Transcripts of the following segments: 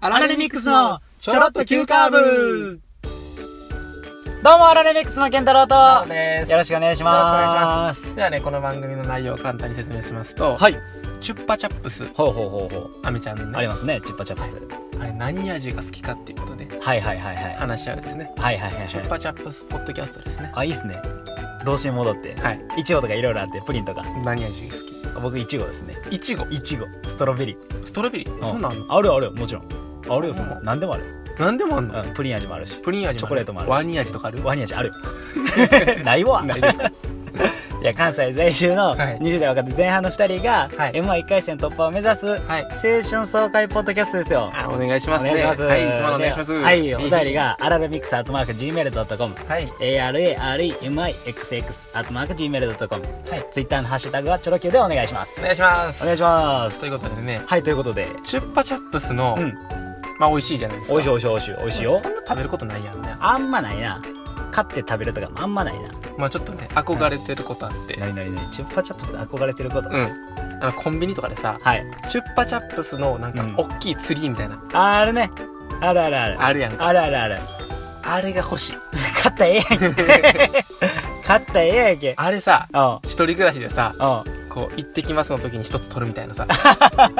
アラレミックスのちょろっと急カーブどうもアラレミックスの健太郎となおですよろしくお願いしまよろすではねこの番組の内容を簡単に説明しますと、はいチュッパチャップスほうほうほうほうアメちゃんのねありますねチュッパチャップスあれ何味が好きかっていうことではいはいはいはい話し合うですねはいはいはいチュッはいパチャップスポッドキャストですねあいいっすね童心戻ってはいいちごとかいろいろあってプリンとか何味が好僕いちごですねきいちごいちごストロベリーストロベリーんそうなのあるよあるよもちろんあるよそんなうん何でもある何でもあんのうんプリン味もあるしプリン味もあるチョコレートもあるしワニ味とかあるワニ味 あるよないわないですかいや関西在住のはい20代若手前半の2人がはい m 1 1回戦突破を目指す青はい春爽快ポッドキャストですよあお願いしおますね願いしますはいいつものお願いしますはいお便りがアラルミックスアットマーク Gmail.com はい ARAREMIXX アットマーク Gmail.com はいツイッターのハッシュタグはチョロ Q でお願いしまおす願いしますお願いしますということでねはいということでチュッパチャップスの、うんまあ美味しいじゃないですかおいしいおいしいおいしいおいしいよそんな食べることないやんねあんまないな買って食べるとかあんまないなまあちょっとね憧れてることあって、なになになにチュッパチャップスで憧れてることうんあのコンビニとかでさはいチュッパチャップスのなんかうん大きいツリーみたいな、あるねあるあるあるあるやんかあるあるあるあれが欲しい勝ったらええやんけ 勝ったらええやんけあれさうん一人暮らしでさうこう行ってきますの時に一つ取るみたいなさ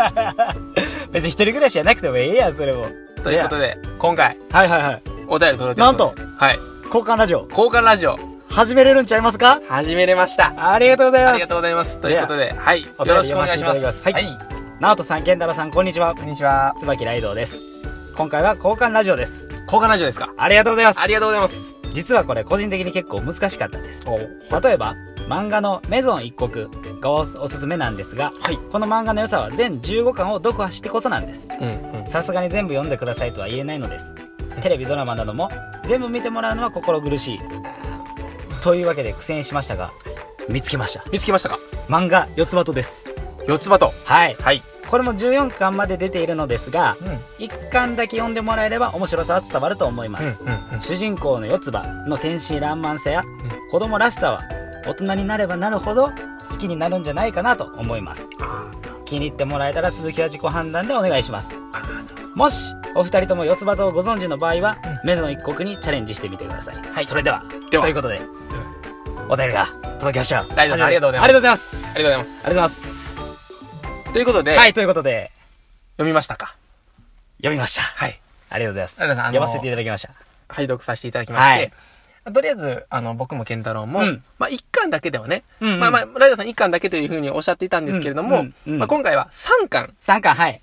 ん別に一人暮らしじゃなくてもええやんそれもということで今回はいはいはいお便り届いてますのではい交換ラジオ交換ラジオ始めれるんちゃいますか始めれましたありがとうございあまりがすとうございますということではいよお便ろりしく読お願いしませていまたすだきますはいい直人さん健太郎さんこんにちはこんにちは椿ライドウです今回は交換ラジオです交換ラジオですかありがとうございますありがとうございます実はこれ個人的に結構難しかったですお例えば漫画の「メゾン一国」がおすすめなんですがはいこの漫画の良さは全15巻を読破してこそなんですうんうんさすがに全部読んでくださいとは言えないのですテレビドラマなども全部見てもらうのは心苦しいというわけで苦戦しましたが見つけました見つけましたか漫画四つ葉とです四つ葉とはいはいこれも14巻まで出ているのですがうんうん1巻だけ読んでもらえれば面白さは伝わると思います、うん主人公の四つ葉の天真爛漫さやん子供らしさは大人になればなるほど好きになるんじゃないかなと思いますあ気に入ってもらえたら続きは自己判断でお願いしますもしお二人とも四つ葉とをご存知の場合は、目の一国にチャレンジしてみてください、はい、それではではということで、お便りが届きましたライドさんありがとうございますありがとうござありがとうございまいますすありがとうございますということで、はいということで読みましたか読みましたはい。ありがとうございますありがとうございますあの読ませていただきました拝読させていただきまして、とりあえず、あの、僕も健太郎も、うんまあ、一巻だけではね、うんうんまあまあ、ライダーさん一巻だけというふうにおっしゃっていたんですけれども、うんうんうんまあ、今回は三巻3巻はい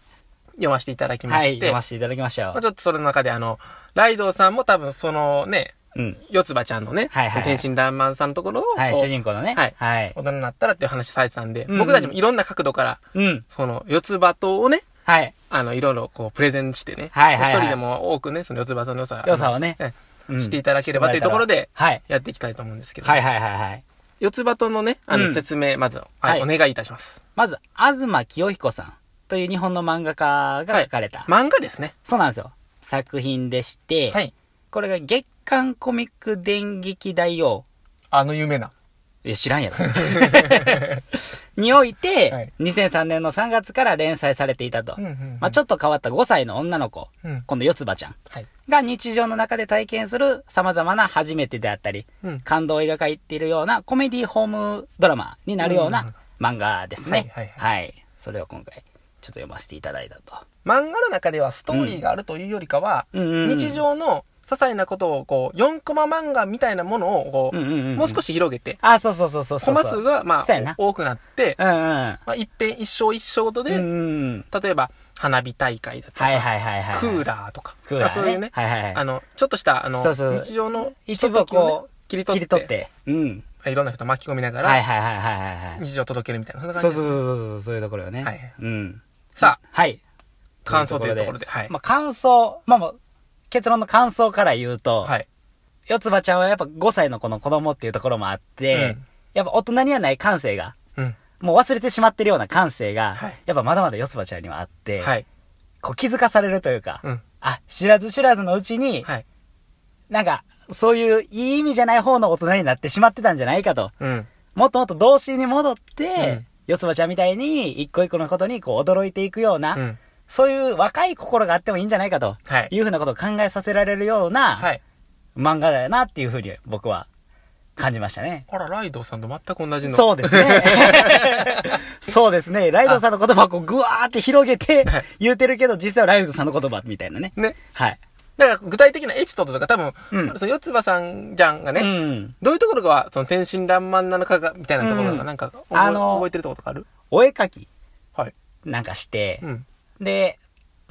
読ませていただきまはいして、読ませていただきましたよまあ、ちょっとそれの中で、あの、ライドさんも多分そのね、うん四つ葉ちゃんのね、はいはいはい天真爛漫さんのところを、はいこう主人公のねはいはい大人になったらっていう話されてたんで、うんうん僕たちもいろんな角度から、うんその四つ葉とをね、はいあの、いろいろこう、プレゼンしてね、はいはいはい一人でも多くね、その四つ葉さんの良さ、良さをねあのうんしていただければというところで、はいやっていきたいと思うんですけど、はいはいはいはい四つ葉とのね、あうのん説明、まず、はい、おはい願いいたします。まず東清彦さんという日本の漫画家が書かれた、漫画ですね。そうなんですよ作品でして、はい。これが月刊コミック電撃大王。あの有名な。え、知らんやろ。において、はい2003年の3月から連載されていたと。うんうんうんまあちょっと変わった5歳の女の子、うん今度四つ葉ちゃんはい。が日常の中で体験する様々な初めてであったり、うん感動を描かれているようなコメディホームドラマになるよううんうんな漫画ですね。はいはいはいそれを今回、ちょっと読ませていただいたと。漫画の中ではストーリーがあるというよりかは、うんうんうん日常の些細なことを、こう、4コマ漫画みたいなものを、こう、うんうんうんもう少し広げて、あ、そうそうそうそうそコう。マ数が、まそうやあな、多くなって、うんうん。まあ、一遍一生一生ごとで、うんうんうん。例えば、花火大会だとか、はいはいはいはい。クーラーとか、クーラーまねあそういうね、はいはいはいあの、ちょっとした、あの、そうそう日常の、一部をこう、切り取って、うん。いろんな人巻き込みながら、はいはいはいはいはいはい。日常を届けるみたいな、そんなそ感うそうじでそうす。そう、そういうところよね。はいうん。さあ、はい。感想というところで、はい。まあ感想、まあもう、結論の感想から言うと、はい。四つ葉ちゃんはやっぱ5歳の子の子供っていうところもあって、うんやっぱ大人にはない感性が、うん。もう忘れてしまってるような感性が、はいやっぱまだまだ四つ葉ちゃんにはあって、はい。こう気づかされるというか、うん。あ、知らず知らずのうちに、はい。なんか、そういういい意味じゃない方の大人になってしまってたんじゃないかと。うん。もっともっと童心に戻っうんて、四つ葉ちゃんみたいに一個一個のことにこう驚いていくような、うん。そういう若い心があってもいいんじゃないかと、はいいうふうなことを考えさせられるようなはい。漫画だなっていうふうに僕は感じましたね。あら、ライドウさんと全く同じの。そうです ね。そうですね。ライドさんの言葉をこうぐわーって広げてはい言うてるけど、実際はライドさんの言葉みたいなね。ね。はい。だから具体的なエピソードとか多分、うんその四つ葉さんじゃんがね、うん。どういうところが、その天真爛漫なのかが、みたいなところうが、んなんか、覚えあの覚えてるところとかあるお絵描きはい。なんかしてう、ん。で、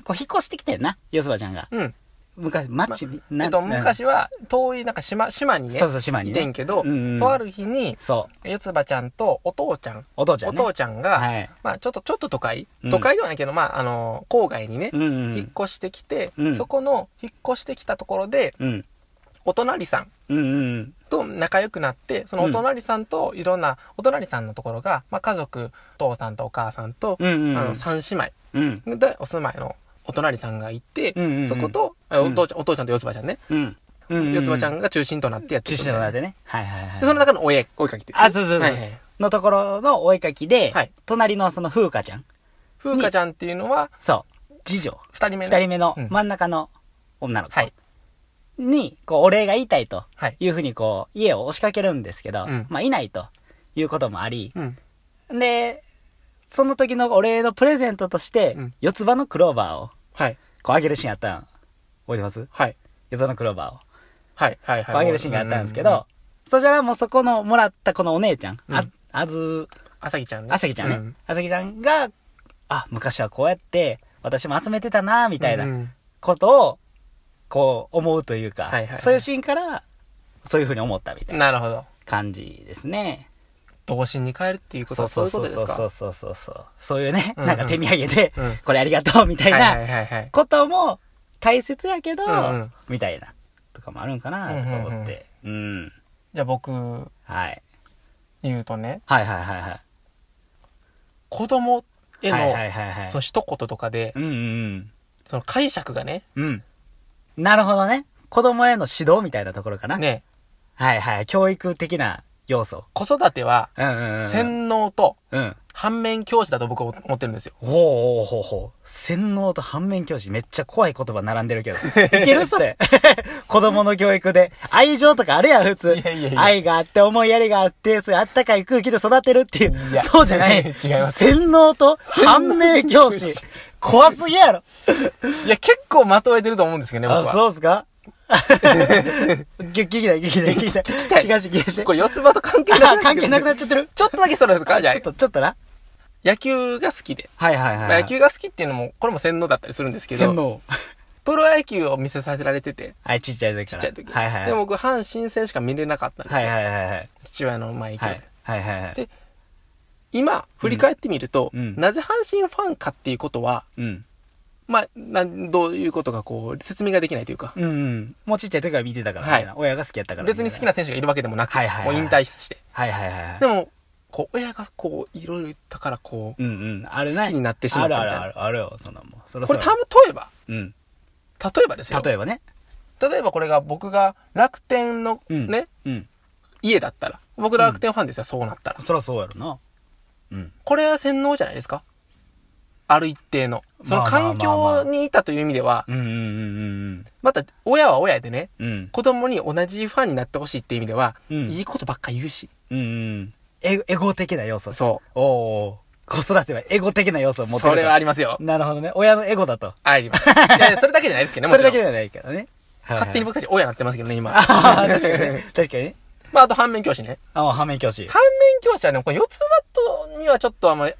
こう引っ越してきたよな、ヨスバちゃんが。うん。昔、マッチ、なえっと、うん昔は、遠い、なんか島、島にね、そうそう、島いにてんね。けど、うんうんとある日に、そう。四つ葉ちゃんとお父ちゃん、お父ちゃおんね。父ちゃんが、はい。まあ、ちょっと、ちょっと都会、うん都会ではないけど、まあ、あの、郊外にね、うんう引ん。っ越してきて、うんそこの引っ越してきたところで、うん。お隣さんうんうん。と仲良くなって、そのお隣さんといろんな、お隣さんのところが、まあ、家族、お父さんとお母さんと、うんうん。あの、三姉妹、うん。で、お住まいのお隣さんがいて、うんうんうんそこと、あお父ちゃん、お父ちゃんと四つ葉ちゃんね。うん。うん。四つ葉ちゃが。んが中心となってやって中る心となってね。はいはいはい。でその中のお絵、お絵かきですね、あそうそうそうはいはいのところのお絵描きで、はい隣のその風花ちゃん。風花ちゃんっていうのは、そう。次女。二人目二ね。人目のうん真ん中の女の子。はいに、こう、お礼が言いたいとはい。いうふうに、こう、家を押しかけるんですけど、うんまあ、いないということもあり、うん。で、その時のお礼のプレゼントとして、うん四つ葉のクローバーを、はい。こう、あげるシーンあったん。覚えてますはい。四つ葉のクローバーを。はい。はい。こう、はあい。げるシーンがあったんですけど、そしたらもうそこの、もらったこのお姉ちゃん、あうん、あず、あさぎちゃんね。あさぎちゃんうね。あさぎちゃんが、あ、昔はこうやって、私も集めてたな、みたいなうんうんことを、こう、思うというか、はいはいはいそういうシーンから、そういうふうに思ったみたいななるほど。感じですね。童心に帰るっていうことはそういうことですかそうそうそうそう。そういうね、うんうんなんか手土産で、うんこれありがとう、みたいはいはないはいはい。ことも大切やけど、うんうんみたいな、とかもあるんかな、とか思って。うんじゃあ僕、はい。言うとね、はいはいはいはい。子供への、はいはいはいはいその一言とかで、うんうんその解釈がね、うん。うん。なるほどね。子供への指導みたいなところかな。ね、はいはい。教育的な要素。子育ては、うんうんうん。洗脳とうん。反面教師だと僕は思ってるんですよ。ほうほうほうほう。洗脳と反面教師。めっちゃ怖い言葉並んでるけ ど。いけるそれ。 子供の教育で。愛情とかあるやん、普通。いやいやいや愛があって、思いやりがあって、そういうあったかい空気で育てるっていうい。やそうじゃない。 違います洗脳と反面教師。 怖すぎやろ。いや、結構まとえてると思うんですけどね、あ、僕は。そうっ すか聞 きたい、聞きたい、聞きたい。 聞きたい聞かして、聞かして。これ四つ葉と関係なくあ、関係なくなっっちゃってるちょっとだけそれですかじゃあちょっ、と、ちょっとな。野球が好きで。はいはいはいまはあい。野球が好きっていうのも、これも洗脳だったりするんですけ洗ど、脳。プロ野球を見せさせられてて、はい、ちっちゃい時ちかっら。ちゃい時。はいはい。で、僕、阪神戦しか見れなかったんですはいよ。はいはいはい。父親の前行はけい。はいはいはい。で今、振り返ってみると、うんなぜ阪神ファンかっていうことは、うん。まあ、なんどういうことかこう、説明ができないというか、うんうん。もうちっちゃい時から見てたからみたいな。親が好きやったから。別に好きな。な選手がいるわけでもなく、はいはいはいもう引退して。はいはいはいはい。でも、こう、親がこう、いろいろ言ったから、こう、うんうん。あるね。好きになってしまったみたいなあるあるあるあるよ、そんなもん。そろこそれ、ろ。たぶん、例えば、うん。例えばですよ。例えばね。例えばこれが僕が楽天のうん。ね、。うん。家だったら、僕楽天ファンですよ、そうなったら。そらそうやろな。うん。これは洗脳じゃないですかある一定の。そのまあまあ環まあまあ境にいたという意味では、うんうんうんうんまた親は親でね、うん。うん。子供に同じファンになってほしいっていう意味では、うんいいことばっか言うし。うんうん。エゴエゴ的な要素。そおおー。子育てはエゴ的な要素をう。持ってそると。れはありますよ。なるほどね。親のエゴだと。あり ます。いやいやそれだけじゃないですけどね、そもちれだろけん。じゃないからね。はいはい勝手に。 僕たち親になってますけどね、今。ああ、確かにね。確かにね。 まあ、あと反面教師ね。ああ、反面教師。反面教師はね、この四つ葉とにはちょっとあんまり、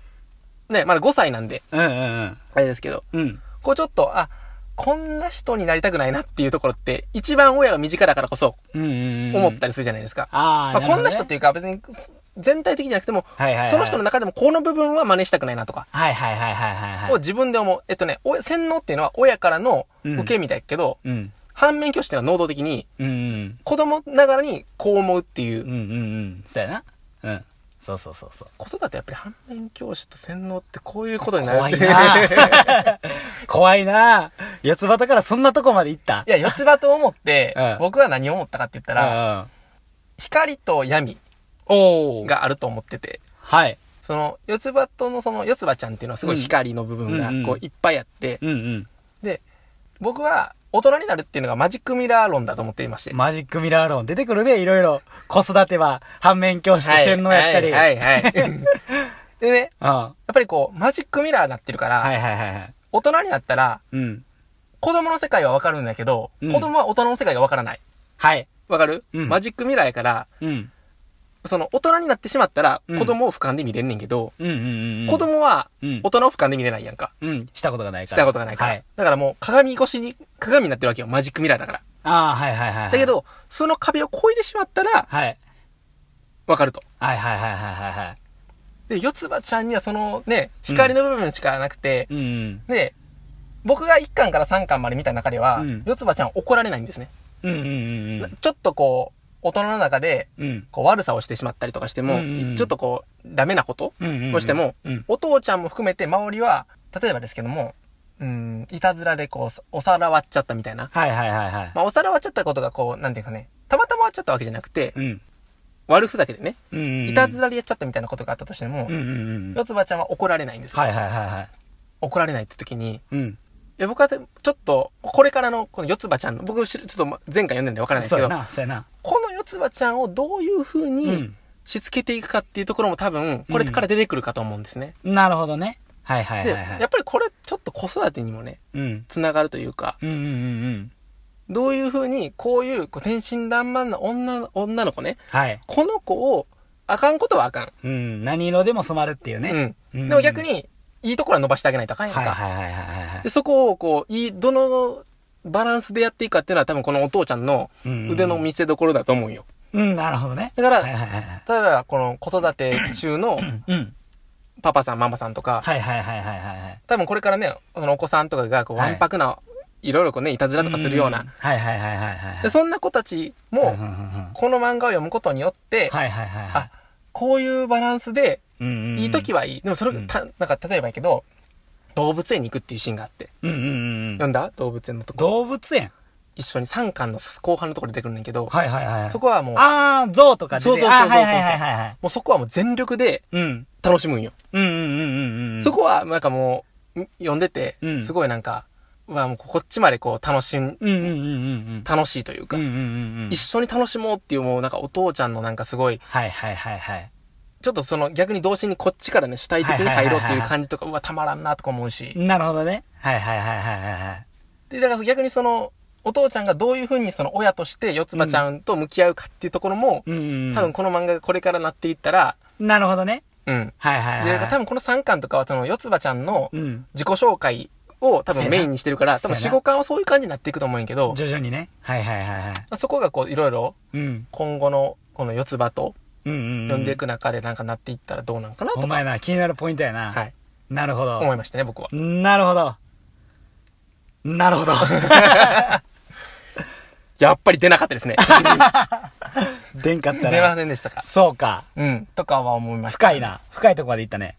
ね、まだ5歳なんで、うんうんあれですけど、うん。うん。こうちょっと、あ、こんな人になりたくないなっていうところって、一番親が身近だからこそうんうんうん。思ったりするじゃないですか。ああ、。まあ、こんな人ってていうか別に全体的じゃなくても、はいはいはい。その人の中でもこの部分は真似したくないなとか、はいはいはいはいはいはい。を自分で思う。えっとね、お洗脳っていうのは親からのうん受け身だけど、うん。反面教師っていうのは能動的に、うんうん。子供ながらにこう思うっていううんう。んうん。そうやな。うん。そうそうそうそう。子育てやっぱり反面教師と洗脳ってこういうことになる怖いない 怖いな四つ葉だからそんなとこまで行った。や、四つ葉と思って、 うん僕は何を思ったかって言ったら、ら、光と闇おお。があると思ってて、はい。その、四つ葉とのその四つ葉ちゃんっていうのはすごい光の部分がうんうん、こう、いっぱいあって、うんうん。で、僕は大人になるっていうのがマジックミラー論だと思っていまして。マジックミラー論出てくるで、いろいろ。子育ては、反面教師で洗脳やったり。はい、はい、 はいはい。でね、うん。はやっぱりこう、マジックミラーになってるから、いはいはいはい。大人になったら、うん。子供の世界はわかるんだけど、うん子供は大人の世界がわからない。はい。わかる、うんマジックミラーやから、うん。その大人になってしまったら、うん子供を俯瞰で見れんねんけど、うんうんうん。子、供はうん大。人を俯瞰で見れないやんか。うん。したことがないしから。たことがないから。はい。だからもう鏡越しに、鏡になってるわけよ。マジックミラーだから。ああ、はいはいはいはい。だけ、ど、その壁を越えてしまったら、はい。わかると。はいはいはいはいはいはい。で、四つ葉ちゃんにはそのね、光の部分しかなくて、うんうん。で、僕が1巻から3巻まで見た中では、うん四つ葉ちゃんは怒られないんですね。うんうんうんちょっとこう、大人の中で、うん。うん。こう悪さをしてしまったりとかしても、うんうんうんちょっとこう、ダメなことうんうんうん。をしても、うん。お父ちゃんも含めて周りは、例えばですけども、うん、いたずらでこう、お皿割っちゃったみたいな。はいはいはいはい。まあ、お皿割っちゃったことがこう、なんていうかね、たまたま割っちゃったわけじゃなくて、うん。悪ふざけでね、うんうんうん。いたずらでやっちゃったみたいなことがあったとしてもうん、うんうん。四つ葉ちゃんは怒られないんですよ。はいはいはいはい。怒られないって時に、うん。いや僕はでちょっと、これからのこの四つ葉ちゃんの、僕しちょっとま前回読んだんでわからないですそうけやど、な、そうやな。この四つ葉ちゃんをどういう風うにん。しつけていくかっていうところも多分、これから出てくるかと思うんですね。なるほどね。はいはいで、はいはやいっ。ぱりこれちょっと子育てにもね、うん。つながるというか、うんうんうんうん。どういう風に、こういうこう天真爛漫な女の女の子ね、はい。この子を、あかんことはあかん。うん。何色でも染まるっていうね。ううん。んでも逆に、いいところは伸ばしてあげないとあかんやんか。はいはいはいはいはいで、。そこをこう、いい、どのバランスでやっていくかっていうのは多分このお父ちゃんのうん腕の見せどころだと思うよ。うん、なるほどね。だから、はいはいはいはい。例えばこの子育て中のうん。パパさん、ママさんとか、はいはいはいはいはいはい。多分これからね、そのお子さんとかがこう、はわいんぱくな、いろいろこうね、いたずらとかするような。ん。はいはいはいはいはいはい。で、そんな子たちうんうも、んうんうんこの漫画を読むことによって、はいはいはいはいあ。こういうバランスで、うんうんうんいい時はいい。でもそれがた、なんか例えばやけど、動物園に行くっていうシーンがあって。うんうんうんうん。読んだ動物園のとこ。動物園一緒に3巻の後半のところ出てくるんだけど、はいはいはいはい。そこはもう、もあー、象とか出てそうそうそうそうあはいはいはいはいはい。うそこはもう全力でうん。楽しむんよ。うんうんうんうんうん。そこはなんかもう、ん読んでてう、んすごいなんか、うわ、もうこっちまでこう楽しん、うんうんうんうんうん。楽しいというかうん、うんうんうん。一緒に楽しもうっていうもうなんかお父ちゃんのなんかすごい、はいはいはいはい。ちょっとその逆に同心にこっちからね主体的に入ろうっていう感じとか、うわ、たまらんなとか思うし。なるほどね。はいはいはいはいはいはい。で、だから逆にその、お父ちゃんがどういうふうにその親として四つ葉ちゃんと向き合うかっていうところも、うんうんうん。多分この漫画がこれからなっていったら、なるほどね。うん。はいはいはい。で、多分この3巻とかはその四つ葉ちゃんのうん。自己紹介を多そうやな分メインにしてるから、多分そうや4、な5巻はそういう感じになっていくと思うんやけど、徐々にね。はいはいはいはい。そこがこういろいろうん。今後のこの四つ葉とうんうんうん。呼んでいく中でなんかなっていったらどうなんかなおとか、前な、気になるポイントやな。はい、なるほど。思いましたね、僕は。なるほど。なるほど。やっぱり出なかったですね。でんかった出まら。せんでしたか。そうか。うん。とかは思いました。深いな。深いとこまで行ったね。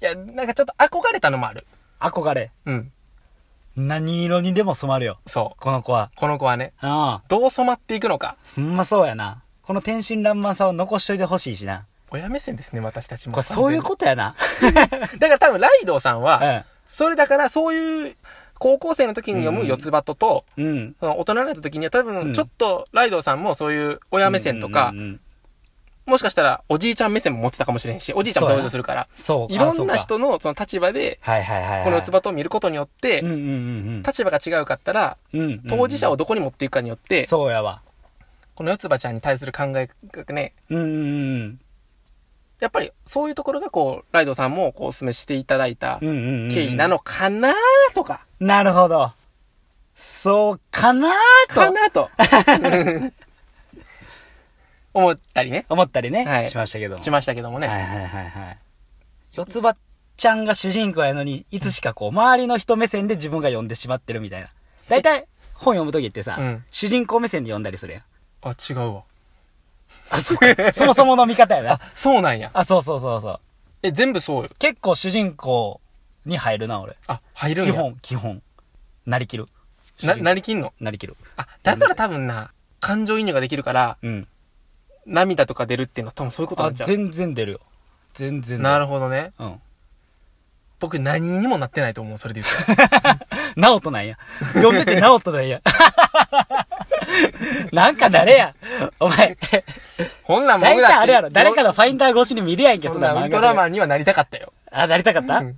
いや、なんかちょっと憧れたのもある。憧れ。うん。何色にでも染まるよ。そう。この子は。この子はね、ああ。どう染まっていくのか。ほんまそうやな。この天真爛漫さを残しといてほしいしな。親目線ですね、私たちも。これそういうことやな。とだから多分、ライドウさんは、うそれだから、そういう、高校生の時に読む四つ葉とと、ん。うん。その大人になった時には多うん分、ちょっと、ライドウさんもそういう親目線とか、うんうんうんもしかしたら、おじいちゃん目線も持ってたかもしれんし、おじいちゃんも登場するから、そうか。いろんなそうか。人のその立場で、はいはいはいはい。この四つ葉とを見ることによって、うんうんうん立場が違うかったら、うんうん。当事者を。をどこに持っていくかによって、そうやわ。この四つ葉ちゃんに対する考えがね、うんうんうん。やっぱりそういうところがこう、ライドさんもこうお勧めしていただいたうんうんうん。経緯なのかなとか、なるほど。そうかなーかとな と、 思ったりね、思ったりね、はいしましたけども。しましたけどもね。はいはいはいはい。四つ葉ちゃんが主人公やのに、いつしかこう、周りの人目線で自分が読んでしまってるみたいな。大体、本読むときってさ、うん主人公目線で読んだりするやん。あ、違うわ。あ、そ うか。 そもそもの見方やあな。、そうなんや。あ、そうそうそうそう。え、全部そうよ。結構主人公に入るな、俺。あ、入るん基や。本、基本。なりきる。な、な、なりきんのなりきる。あ、だから多分な、感情移入ができるから、うん。涙とか出るっていうのは多分そういうことなあ、んじゃう。全然出るよ。全然なるほほどね。ど。うん。僕何にもなってないと思う、それで言うナオトなんや。呼んでてナオトなんや。 なんか誰や。お前、と。 ほんなん大僕だって体あれやろ。誰かのファインダー越しに見るやんけ、そそんんななウル漫ト画ラマで。ンにはなりたかったよ。あ、なりたかっうたん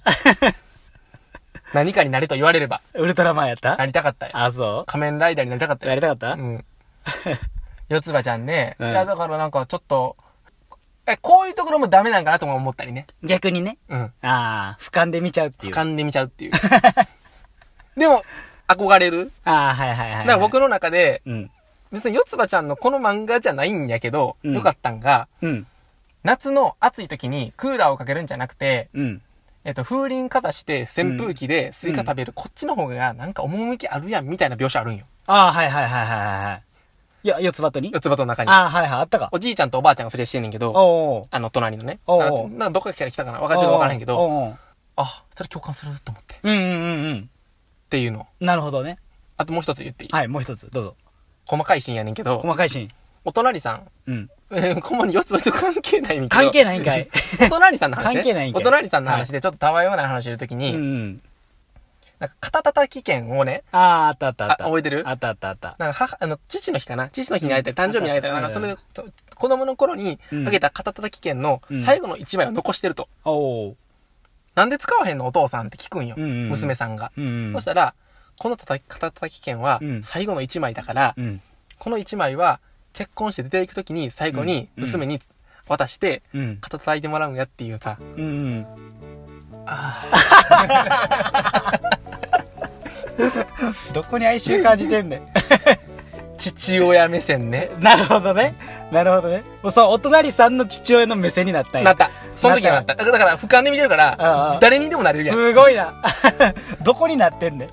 何かになれと言われれば、ウルトラマンやったなりたかったよ。あ、そ仮面ライダーになりたかっうたなよ。りたかったうん。 四つ葉ちゃんね。いうんや、だからなんかちょっと、え、こういうところもダメなんかなとも思ったりね。逆にね。うん。ああ、俯瞰で見ちゃうっていう。噛んでみちゃうっていう。 でも、憧れる。ああ、はいはいはいはい。だから僕の中で、うん。別に四つ葉ちゃんのこの漫画じゃないんやけど、うんよかったんが、うん。夏の暑い時にクーラーをかけるんじゃなくて、うん。えっと、風鈴かざして扇風機でスイカ食べる、こっちの方がなんか趣あるやんみたいな描写あるんよ。ああ、はいはいはいはいはいはい。いや、四つバトに四つ葉との中に。ああ、はいはい、あったか。おじいちゃんとおばあちゃんがそれしてんねんけど、おうおう。あの、隣のね。おうおうなんかなんかどっかから来たかなわかちょっとわからへんけおうど、おう。あ、それ共感すると思って。っうんうんうんうん。ていうの。なるほどね。あともう一つ言っていい、はい、もう一つ、どうぞ。細かいシーンやねんけど、細かいシーン。お隣さん、 うん。えー、こまに四つ葉と関係ないんけど。関係ないんかい。お隣さんの話、ね。関係ないんかおい隣さんの話でちょっとたわいもない話してるときうんに、うん。なんか肩たたき券をね、ああ、あったあったあった。あ覚えてるあったあったあった。なんか母、あの、父の日かな父の日にあげたり、誕生日にあげたり、うなんんかそれで、と子供の頃にうんあげた肩たたき券のうん最後の一枚を残してると。おお。なんで使わへんのお父さんって聞くんよ。うんうん娘さんが。うんうん。そしたら、このたたき肩たたき券はうん最後の一枚だから、うん。この一枚は結婚して出ていくときに最後にうん娘に渡して、うん。肩叩いてもらうんやっていうさ、うんうん。 どこに哀愁感じてんねん。父親目線ね。なるほどね。なるほどね。もうそう、お隣さんの父親の目線になったんや。なった。その時はなった。だからだから俯瞰で見てるかあらあ、誰にでもなれるやん。すごいな。 どこになってんねん。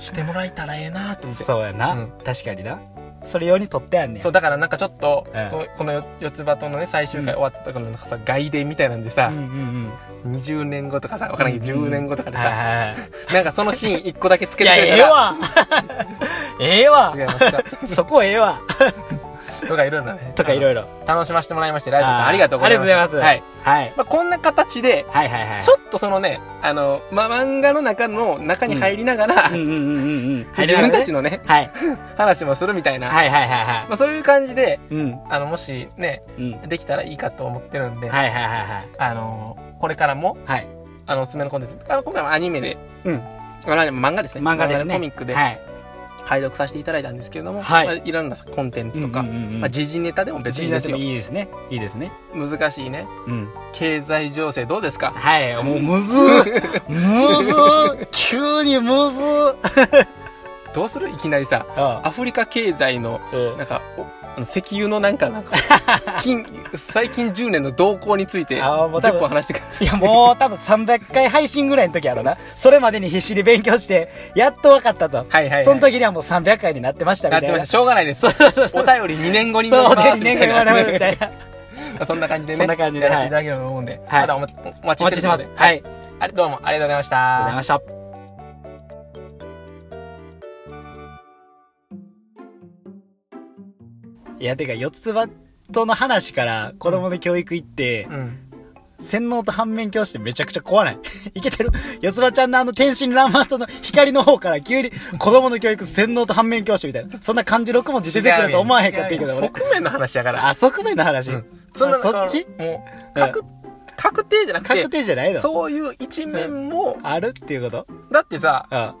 してもらえたらええなと思って。そうやな、うん確かになそれ用に取ってあんねんそう、だからなんかちょっと、ええこのこのよ四つ葉とのね、最終回終わったところのなんかさ、外伝みたいなんでさうん、うん20年後とかさ、わからんけどうん10年後とかうんではいさ、はいはいなんかそのシーン1個だけつけいてやくれたええら、 わええわ違いますかそこええわとかいろいろね。とかいろいろあの楽しませてもらいまして、ライズさんありがとうございまあしりがた。とうござはいい。ます、はいまあ、こんな形で、はい、はいはいはいちょっとそのね、あの、ま、漫画の中の中に入りながら、うんうんうんうんうん 自分たちのね、はい話もするみたいな、はいはいはいはまあ、そういう感じで、いうんあの、もしね、うんできたらいいかと思ってるんで、はいはいはいはいあの、これからも、はいあの、おすすめのコンテンツ、あの、今回はアニメで、うんあの漫画ですね。漫画ですねコミックではい配読させていただいたんですけれども、はいまあ、いろんなコンテンツとか、うんうんうんまあ、時事ネタでも別にいいですよ。いいですねいいですね難しいね。うん経済情勢どうですかはいもうむずーむずー急にむず ーどうするいきなりさ、あアフリカ経済の、なんか、おあの石油のなんか、 なんか、近、最近10年の動向について、あーもう多分10分話してくださいや、もう多分300回配信ぐらいの時やろな。それまでに必死に勉強して、やっと分かったと。はいはいはいその時にはもう300回になってましたみなたっいな。てました。しょうがないです。お便り2年後にそう、お載せ手ますにみた年い間な学ぶみたいな。 そんな感じでね。そんな感じでやらせていただければと思うんで。はいまだお待ちお待ちおし待てるちしてのま。。ですはい。ありがとうあれどうもありがとうございましござたい。ました。いや、てか、四つ葉との話から子供の教育行って、うん。洗脳と反面教師ってめちゃくちゃ怖ない。 いけてる。四つ葉ちゃんのあの天真爛漫さの光の方から急に 子供の教育洗脳と反面教師みたいな。そんな漢字6文字出てくると思わへんかったけど、俺。側面の話やから。あ、側面の話。うんあそっちもう、確、確定じゃなく確て、定じゃないのそういう一面も、あるっていうことだってさ、あ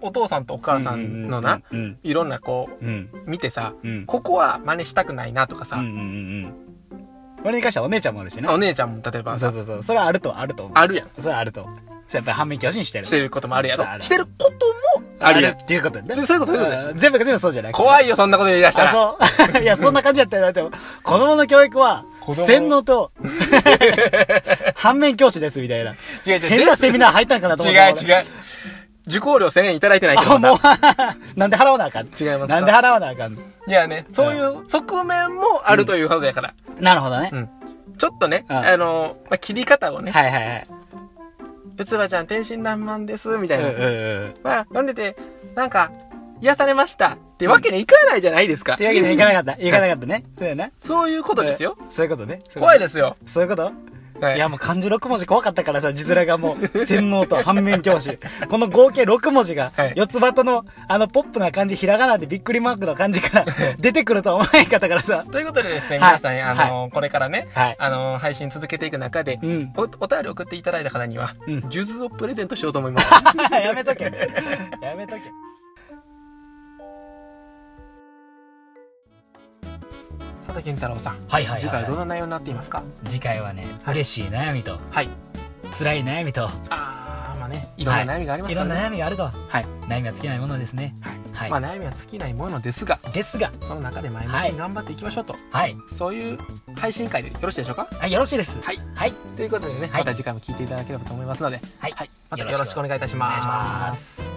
お父さんとお母さんのな、。うん。いろんなこうん。う、見てさ、うん。ここは真似したくないなとかうん。うん。さ、うん。これに関してはお姉ちゃんもあるしね。お姉ちゃんも例えばそさうそうそう。それはあると、あると思あるやん。う。それはあると思う。それやっぱり反面教師にしてる。してることもあるやろそうあ。るしてることもあるやん。っていうことやね。でそういうことそういうことだうん全部が全部そうじゃない怖いよ、そんなこと言い出したら。あ、そう いや、そんな感じやったよ。だって、子供の教育は子、供の洗脳 と、反面教師です、みたいな。違う違う。変なセミナー入ったんかなと違思うった。違う。受講料1000円いただいてない俺。人あ、ももう、 なんで払わなあか違んいますかなんで払わなあかんのいやね、そういう側面もあるということやから。なるほどね。うん。ちょっとね、うんあの、まあ、切り方をね、はいはいはい。うつばちゃん天真爛漫です、みたういんな。うんうん。っまあ、読んでて、なんか、癒されましたってわけにいかないじゃないですかて。いうわけでいかなかった。いかなかったね。そうやな。そういうことですよ。そういうことね。 怖いでですよ。す。そういうことはいいやもう漢字6文字怖かったからさ、字面がもう、洗脳と反面教師。この合計6文字がはい、四つ葉との、あの、ポップな感じ、ひらがなでびっくりマークの感じから、出てくるとは思わへんかったからさ。ということでですね、はい皆さん、あの、これからね、はいあの、配信続けていく中で、うん。 お、お便り送っていただいた方には、うん数珠をプレゼントしようと思います。やめとけ。やめとけ。佐田健太郎さん、はいはい次はい回どんはな内容になっていますかい次回はねはい嬉しい悩みとはい。辛い悩みとあー、まあね、いろんな悩みがありまいすろかんらなね。悩みがあるとはい悩みは尽きないものですねはいまあ悩みは尽きないものですが、ですがその中で前向きに頑張っていきましょうと、はいそういう配信会でよろしいでしょうかはいよろしいですはいはいということでね、はいまた次回も聞いていただければと思いますので、はいまたよろしくお願いいたしお願まいす。します